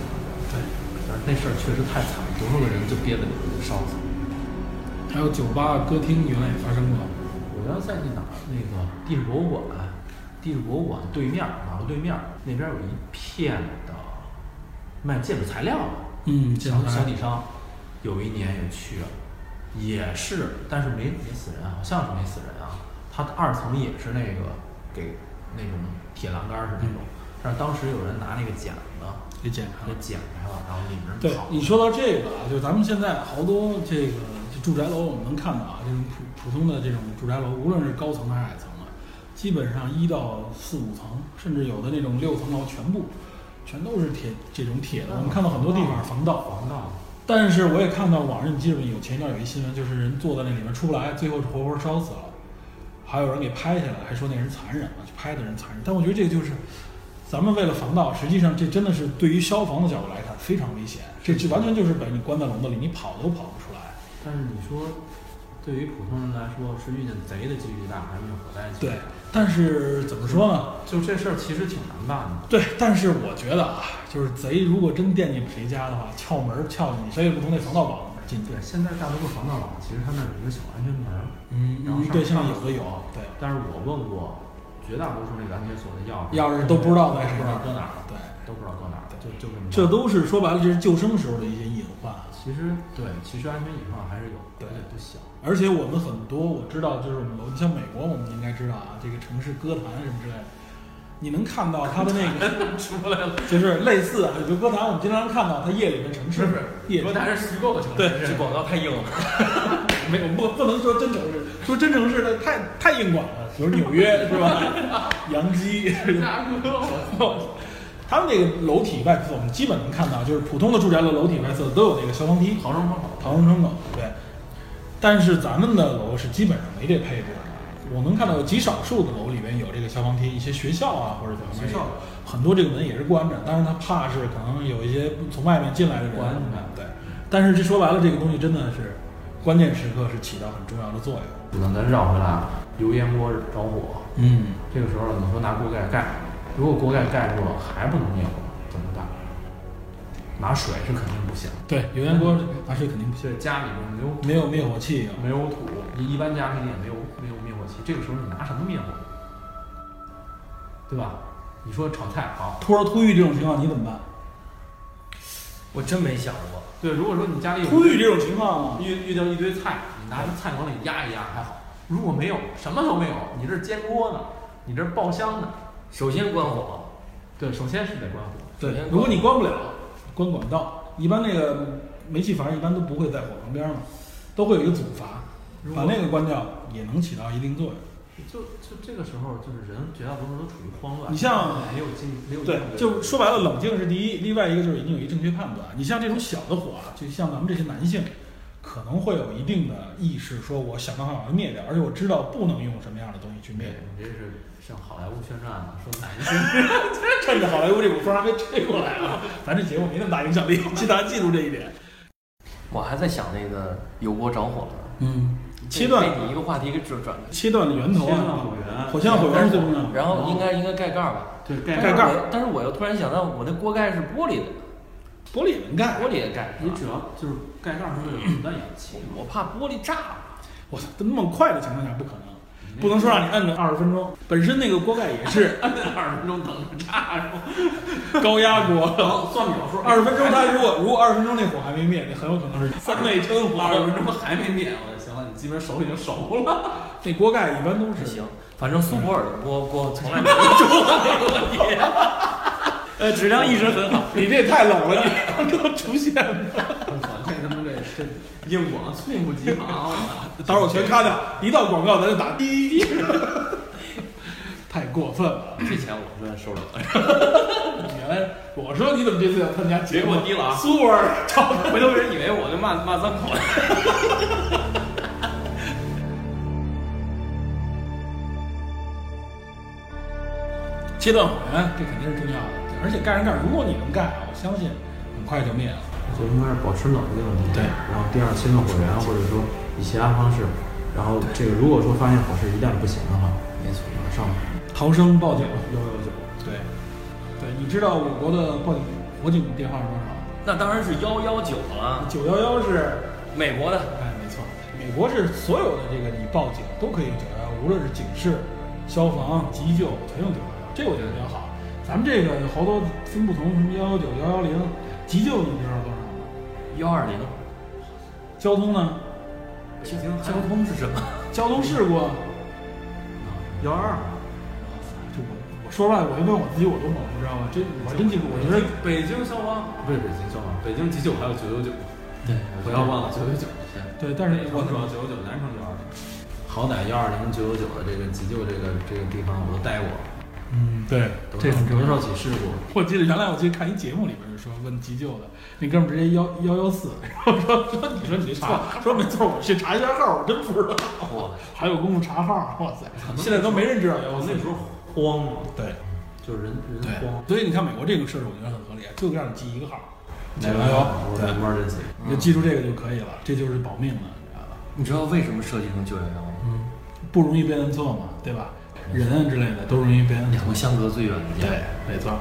对，
但是那事儿确实太惨了，多少个人就憋得烧死。
还有酒吧、歌厅原来也发生过。
我原来在那哪儿，那个地质博物馆，地质博物馆对面马路对面那边有一片的卖建筑材料的，
嗯
小小底商，有一年也去了，也是，但是没没死人，好像是没死人啊。他二层也是那个给那种铁栏杆儿似的那种，但是当时有人拿那个剪子
给检查
给剪开了，然后里面
对
跑。
你说到这个啊，就是咱们现在好多这个就住宅楼，我们能看到啊，这种普普通的这种住宅楼，无论是高层还是矮层的，基本上一到四五层，甚至有的那种六层楼全部全都是铁这种铁的。我们看到很多地方是防盗，啊
防盗，
但是我也看到网上，你记得有前一段有一新闻，就是人坐在那里面出不来，最后是活活烧死了，还有人给拍下来，还说那人残忍了，就拍的人残忍。但我觉得这个就是，咱们为了防盗，实际上这真的是对于消防的角度来看非常危险，这这完全就是把你关在笼子里，你跑都跑不出来。
但是你说，对于普通人来说，是遇见贼的几率大，还是遇见火灾的几率
对
大？，
但是怎么说呢？
就这事儿其实挺难办的。
对，但是我觉得啊，就是贼如果真惦记谁家的话，撬门撬进去，谁也不从那防盗网那儿进去。
对，现在大多数防盗网其实它那儿有一个小安全门儿，
嗯
然后上
对，现在
上
有的有，对。
但是我问过，绝大多数那个安全锁的钥匙，
钥匙都不知道在谁
不知
那儿
道搁哪儿，
对，
都不知道搁哪儿，就就这么着
这都是说白了，这是救生时候的一些隐患。啊
其实对，其实安全隐患还是有，
对
而且不小。
而且我们很多我知道，就是我们楼，像美国，我们应该知道啊，这个城市歌坛什么之类的，你能看到它的那个， (laughs)
出来了，
就是类似啊，就歌坛，我们经常看到它夜里面城市，夜里
说还是虚构的成
对
这广告太硬了。
没有不不能说真城市， (laughs) 说真城市的太太硬广了，比如纽 (laughs) 约是吧？杨基， (laughs) 他们那个楼体外侧，我们基本能看到，就是普通的住宅楼楼体外侧都有那个消防梯，
逃生窗口，
唐人窗口对，但是咱们的楼是基本上没这配置的。我能看到有极少数的楼里面有这个消防梯，一些学校啊或者怎么样
学校
很多这个门也是关着，当然他怕是可能有一些从外面进来的人
不安全
对，但是这说白了，这个东西真的是关键时刻是起到很重要的作用。
只能咱绕回来啊。油烟锅着火，
嗯，
这个时候你说拿锅盖盖，如果锅盖盖住了还不能灭火，怎么办？拿水是肯定不行，
对，油烟锅拿水肯定不行，
这家里面没有
没有灭火器啊。
没有土，你一般家肯定也没有没有灭火器，这个时候你拿什么灭火？对吧？你说炒菜好，
托儿突遇这种情况你怎么办？
我真没想过，
对，如果说你家里有
突遇这种情况啊，
遇遇到一堆菜，你拿菜往里压一压还好，如果没有什么都没有，你这煎锅呢，你这爆香呢，
首先关火，
对，首先是得关火，
对
首先，
如果你关不了，关管道，一般那个煤气阀一般都不会在火旁边嘛，都会有一个阻阀
如，
把
果
那个关掉也能起到一定作用。
就就这个时候，就是人绝大多数都处于慌乱，
你像
没有进没有
对
应，
就说白了，冷静是第一，另外一个就是一定有一正确判断。你像这种小的火啊，就像咱们这些男性，可能会有一定的意识，说我想办法把它灭掉，而且我知道不能用什么样的东西去灭
对，你这是向好莱坞宣战嘛？说男性
趁着好莱坞这股风还没吹过来 (laughs) 啊，咱这节目没那么大影响力，请大家记住这一点。
我还在想那个油锅着火呢，
嗯，切断
被你一个话题给转转的。
切断的源头
切断
啊
火，源
火象火源是最重要的。
然后应该应该盖盖儿吧？
对
盖
盖
哦盖
盖
儿
儿，
但是我但是我又突然想到，我那锅盖是玻璃的，
玻璃也能盖，
玻璃也盖是
你
吧，
只要就是盖盖儿是为了阻断氧气嘛。
我怕玻璃炸了。
我操，那么快的情况下不可能。不能说让你摁个二十分钟，本身那个锅盖也
(laughs)
是
二十分钟等着炸是吧？
高压锅，
然后哦算秒数
二十分钟，它如果如果二十分钟那火还没灭，那很有可能是三倍真火。
二十分钟还没灭，我就行了，你基本手已经熟了。
那锅盖一般都是
行，反正苏泊尔的锅锅从来没有出过这个问题，呃，质量一直很好。
(laughs) 你这也太冷了，你能够出现吗？
我操，这他妈这这硬广猝不及防，啊我操！
待会儿我全咔掉，一到广告咱就打滴，太过分了。
(laughs) 这钱我真的收不了。
原来我说你怎么这次要参加节目？
结果低了啊
苏儿找的
回头人以为我就骂骂脏口了。
切断火源，这肯定是重要的。而且盖上盖儿，如果你能盖啊，我相信很快就灭了。
就应该是保持冷静，
对
然后第二切断火源，或者说以其他方式，然后这个如果说发现火势一旦不行的话，没错，马上
逃生报警，
幺幺九。
对，对，你知道我国的报警火警电话是多少？
那当然是幺幺九了，
九幺幺是
美国的。
哎，没错，美国是所有的这个你报警都可以九幺幺，无论是警示、消防、急救，全用九幺幺，这我觉得比较好。咱们这个有好多分不同，什么幺幺九、幺幺零，急救你知道多少吗？
幺二零，
交通呢？
交通交通是什么？
交通事故，啊
幺二，
就我我说出来，我就问我自己，我都懵，你知道吗？这我真记不住，我觉得
北京消防，
不是北京消防，北京急救还有九九九，
对，
不要忘了九九九。
对，但是
我
我
主要九九九，南城九二零。好歹幺二零九九九的这个急救这个这个地方我都待过，
嗯，对，这很重
多
要
少。起事故，
我记得原来我记得看一节目里边就说问急救的，那哥们儿直接幺幺幺四，然后说说你说你这错，说没错，我去查一下号，我真不知道。
我
还有功夫查号，哇塞！现在都没人知道幺
我
幺四
那。时候慌嘛，
对
就是人人慌。
对，所以你看美国这个设置，我觉得很合理，啊就让你记一个号，九
哎
幺
我
幺，对，
在 emergency。
你就记住这个就可以了，这就是保命的，你知道吧？
你知道为什么设计成九幺幺吗？
嗯，不容易被摁错嘛，对吧？人啊之类的都容易被摁错
两。个相隔最远的
对
家。，
没错。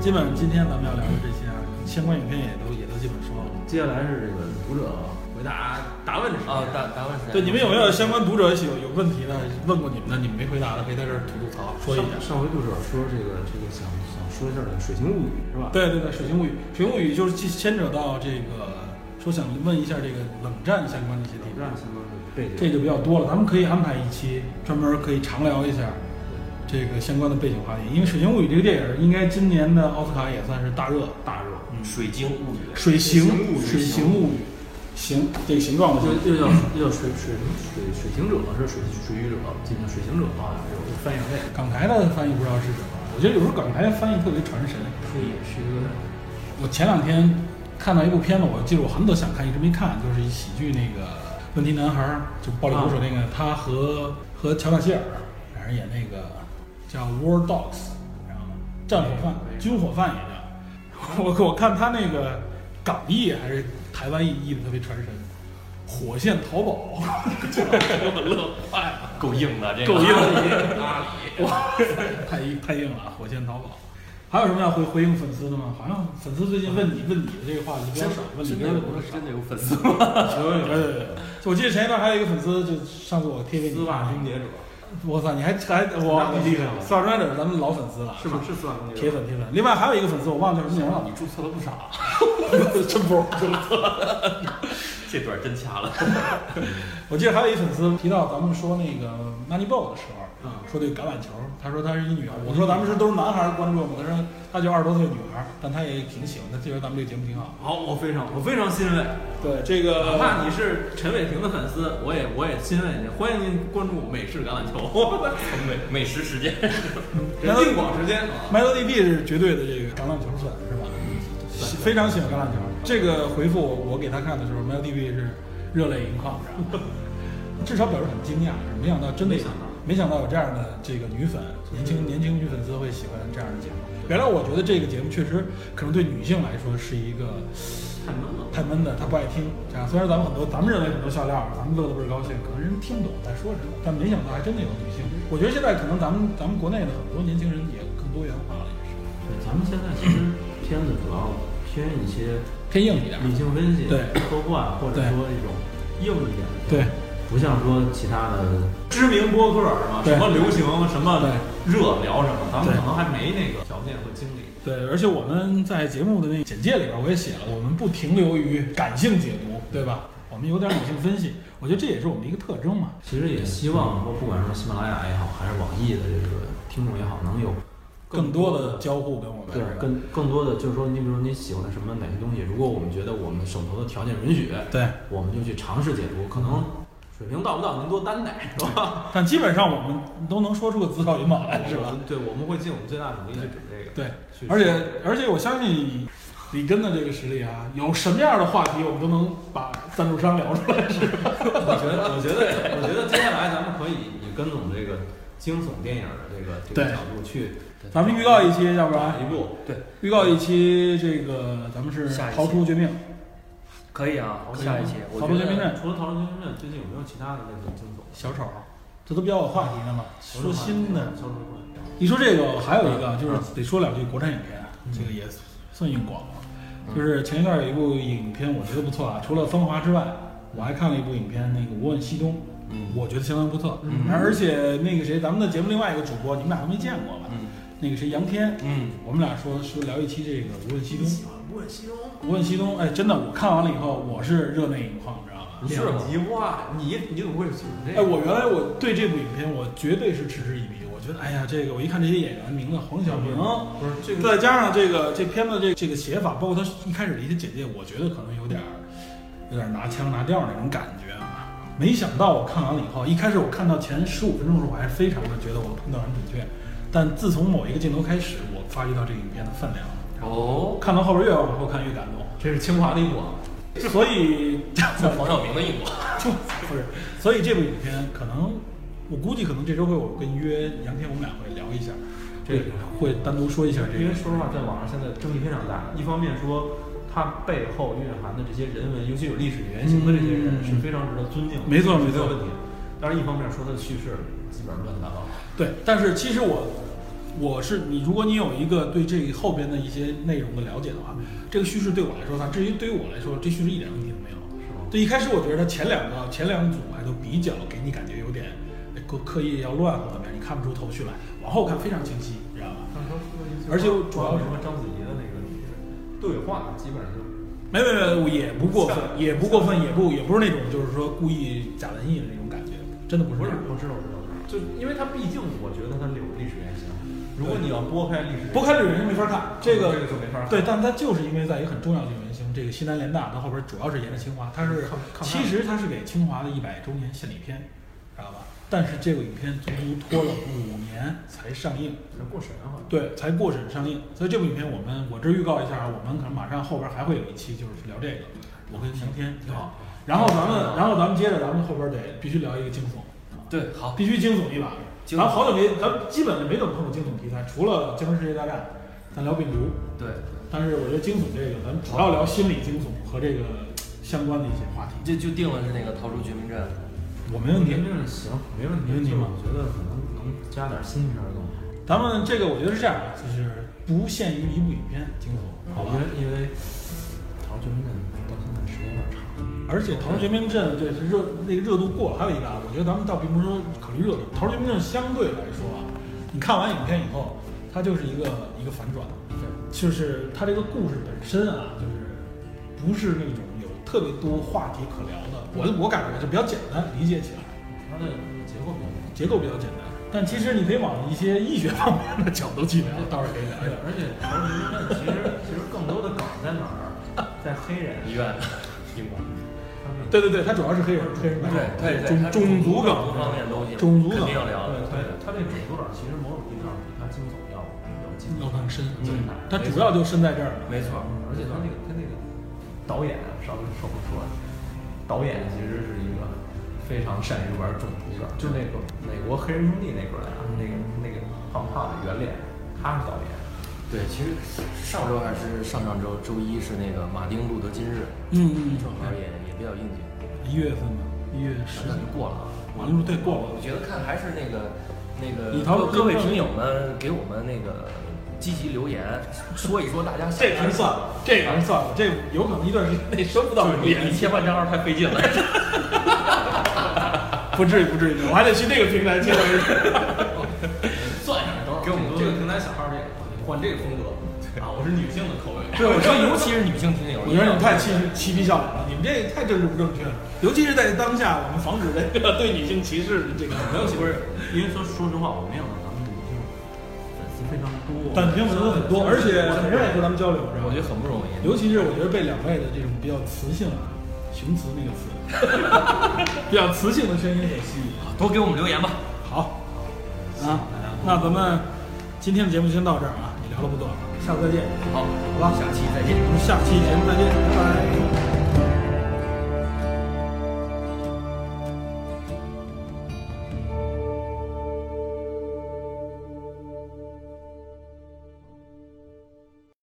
基本上今天咱们要聊的这些啊，相关影片也都也都基本说了。
接下来是这个读者回答答问时间
啊，答答问是
对，你们有没有相关读者有有问题的？问过你们的，你们没回答的，可以在这儿吐吐槽，说一下
上。上回读者说这个这个想想说一下这个《水形物语》是吧？
对对对，《水形物语》，《水形物语》就是牵扯到这个，说想问一下这个冷战相关的一些地
冷
方
战，相关的背景。
这就比较多了。咱们可以安排一期专门可以长聊一下这个相关的背景话题，因为《水形物语》这个电影应该今年的奥斯卡也算是大热。
大热，
水晶物语，
水形
嗯水形物语
水形物语，形这个形状的形，
又又叫又叫水水水水行者是水水域者，今天水行者好像有翻译成那个，
港台的翻译不知道是什么。我觉得有时候港台的翻译特别传神。
这也是一个
我前两天看到一部片子，我记得我很多想看，一直没看，就是一喜剧那个《问题男孩》，就暴力鼓手那个，他和和乔纳希尔俩人演那个叫《War Dogs》，然后战火犯、军火贩也叫。 (laughs) 我我看他那个港译还是台湾译译的特别传神，《火线淘宝》，给我乐坏了。
啊够硬的这
够硬
阿里，
哇，太硬太硬了啊，火箭淘宝。还有什么要回回应粉丝的吗？好像粉丝最近问你问你的这个话题比较少，问你
真
的
的
问
不
题
是
少。
真的有粉丝吗？
对对对，哎就我记得前一段还有一个粉丝，就上次我贴给你
丝，袜终结者，
我操，你还还
那
我
我
啊你厉害
知道
了，丝袜专业者是咱们老粉丝了，
是吗？是丝袜终结
铁
者。
粉铁粉。另外还有 (laughs) 一个粉丝，我忘了叫什么名了，你注册了不少，真不容易注册。
(laughs) 这段真掐了。
我记得还有一粉丝提到咱们说那个 Moneyball 的时候，
嗯
说对橄榄球，他说他是一女孩，我说咱们是都是男孩儿观众，他说他就二十多岁女孩儿，但他也挺喜欢，他觉得咱们这个节目挺好。啊
(laughs) 好，我非常我非常欣慰，
对这个，
哪
呃
怕你是陈伟霆的粉丝，我也我也欣慰你，欢迎您关注美式橄榄球，
美 (laughs) 美食时间，
(laughs) 人定广时间啊。
MyLDB 是绝对的这个橄榄球粉是吧？非常喜欢橄榄球。这个回复我我给他看的时候，MyLDB 是热泪盈眶，是吧 (laughs) 至少表示很惊讶，是没想到真的
没想到嗯
没想到有这样的这个女粉，年轻年轻女粉丝会喜欢这样的节目。原来我觉得这个节目确实可能对女性来说是一个
太闷了。
太闷的，她不爱听。这样虽然咱们很多咱们认为很多笑料，啊咱们乐得倍儿高兴，可能人听不懂在说什么，但没想到还真的有女性。我觉得现在可能咱们咱们国内的很多年轻人也更多元化了，也是
对，咱们现在其实片子主要偏一些
偏硬一点。
理性分析、
对
科幻，或者
对
说一种硬一点的，
对
不像说其他的。
知名播客是
啊
吧？
对
什么流行，什么热聊什么，咱们可能还没那个条件和精力。
对，而且我们在节目的那个简介里边我也写了，我们不停留于感性解读，对吧？我们有点理性分析，我觉得这也是我们一个特征嘛。
其实也希望说，不管是喜马拉雅也好，还是网易的这个听众也好，能有
更多的交互跟我们
对
是吧
更更多的就是说，你比如说你喜欢什么哪些东西，如果我们觉得我们手头的条件允许，
对，
我们就去尝试解读，可能
嗯
水平到不到您多担待，是吧？
但基本上我们都能说出个自告勇往来， (laughs) 是
我
吧
们？？对，我们会尽我们最大努力去准这个。
对
去，
而且而且我相信李根的这个实力啊，有什么样的话题我们都能把赞助商聊出来，是吧？
(laughs) 我觉得，我觉得，我觉得接下来咱们可以以跟总这个惊悚电影的这个这个
对
角度去，
咱们预告一期，要不然
一部对
预告一期这个咱们是
下一期
逃出绝命，
可以啊，下一期我
逃
觉
出绝命
得
镇，
除了《逃出绝命镇》，最近有没有其他的那个惊悚？
小丑，这都比较有话题的嘛。说新的，
小丑会
一说这个，还有一个就是得说两句国产影片，这个也算硬广了。就是前一段有一部影片，我觉得不错啊，除了《芳华》之外，我还看了一部影片，那个《我问西东》，我觉得相当不错。而且那个谁，咱们的节目另外一个主播，你们俩都没见过吧？那个谁，杨天，
嗯，
我们俩说说聊一期这个《我问西东》。喜欢《我问西东》？《我问西东》，哎，真的，我看完了以后，我是热泪盈眶，你知道吗？
是
两极化，你你怎么会喜欢这
哎，
个？
我原来我对这部影片我绝对是嗤之以鼻，我觉得哎呀，这个我一看这些演员名字，黄晓明，
不是这个
再加上这个这片子这这个写法，包括他一开始的一些简介，我觉得可能有点儿有点儿拿腔拿调儿那种感觉啊。没想到我看完了以后，一开始我看到前十五分钟的时候，我还非常的觉得我的判断很准确，但自从某一个镜头开始，我发觉到这个影片的分量了，
哦，
看到后边越往后看越感动，
这是清华的一部啊，
所
(laughs)
以 (laughs)
黄晓明的一国，
不是，所以这部影片可能，我估计可能这周会我跟约杨天，我们俩会聊一下，
这个
会单独说一下这
因为
个。
说实话，在网上现在争议非常大。一方面说它背后蕴含的这些人文，尤其有历史原型的这些人
嗯
是非常值得尊敬的，
没错
没
没错
问题。但是一方面说它的叙事基本上乱七八糟。
对，但是其实我我是你，如果你有一个对这个后边的一些内容的了解的话，这个叙事对我来说，它至于对于我来说，这叙事一点问题都没有。
是吗
对，一开始我觉得它前两个前两组还都比较给你感觉有点哎刻刻意要乱或怎么样，你看不出头绪来，往后看非常清晰，你知道吧？而且主要是
什么章子怡的那个对话，基本上就
没没没，我也不过分，也不过分，也不也不是那种就是说故意假文艺的那种感觉，真的不是
不
那
是
样。
我知道我知道，就因为它毕竟我觉得它有历史原型。如果你要拨开历史原型，
拨开这个人没法看，这个
这个就没法看
对，但它就是因为在一个很重要的原型，这个西南联大，它后边主要是沿着清华，它是
抗抗战
其实它是给清华的一百周年献礼片，知道吧？但是这部影片足足拖了五年才上映，
人过审啊好像。
对，才过审上映。所以这部影片我们我这预告一下，啊我们可能马上后边还会有一期就是聊这个，我跟杨天挺好。然后咱们，然后咱们接着，咱们后边得必须聊一个惊悚，
对，好，
必须惊悚一把。
惊
咱们好久没，咱们基本没怎么碰过惊悚题材，除了《僵尸世界大战》，咱聊病毒。
对，
但是我觉得惊悚这个，咱们主要聊心理惊悚和这个相关的一些话题。
这就定了是那个逃出绝命镇。
我没问题，
这行，没问题。
没问题
就是
吗
我觉得可能能加点新片儿更好。
咱们这个我觉得是这样，啊就是不限于一部影片惊悚，好吧
因？为因为逃学门到现在时间有点长，
而且《逃出绝命镇》对是热那个热度过了，还有一个啊，我觉得咱们倒并不是说考虑热度，《逃出绝命镇》相对来说啊，你看完影片以后，它就是一个一个反转，就是它这个故事本身啊，就是不是那种有特别多话题可聊的。我我感觉就比较简单，理解起来
它的结构比较
结构比较简单。但其实你可以往一些医学方面的角度去聊，倒是可以聊一聊。，
对而且陶吉那其实其实更多的梗在哪儿？在黑人，
医院、病房，
他们
对对对，它主要是黑人黑人白人
(laughs) 对对，
种
它
种族梗，
各方面都有
种族
肯
梗
定要聊的，
对对，他这种族梗其实某种意义上比他惊悚要要惊
要
悚，
更深，
精
嗯
彩。
它主要就深在这儿了。
没错，
而且他那个他那个导演上面说不说，啊导演其实是一个非常善于玩种族梗，就那个美国黑人兄弟那哥俩，那个那个胖胖的圆脸，他是导演。
对，其实上周还是上上周周一是那个马丁路德金日，
嗯嗯
正好也也比较应景，
一月份吧，一月十
那就过了啊。
完了对过
我
了，
觉得看还是那个那个，
你淘宝
各各位听友们给我们那个积极留言，说一说大家
这盘算了，这盘算了，这有可能一段时间内收不到
就是你
联
你
系，
切换账号太
(laughs)
费劲了。
不至于不至于，我还得去那个平台去。
算一下，等会儿
给我们多
这个平台小号这个换这个风格啊，我是女性的口味。
(laughs) 对，我说尤其是女性听友，
我觉得你们太嬉嬉皮笑脸了，你们这太政治不正确了，尤其是在当下，我们防止这个对女性歧视的这个
没有不是， (laughs) 因为说说实话，我没想到咱们女性粉丝非常多，
但评论很多，而且很热烈和咱们交流，是吧
我觉得很不容易。
尤其是我觉得被两位的这种比较磁性啊，雄雌那个词，比较磁性的声音所吸引。
多给我们留言吧。
好，啊，那咱们今天的节目先到这儿啊，也聊了不多了，下次再见，
好，
好吧？
下期再见。
我们下期节目再见，拜拜。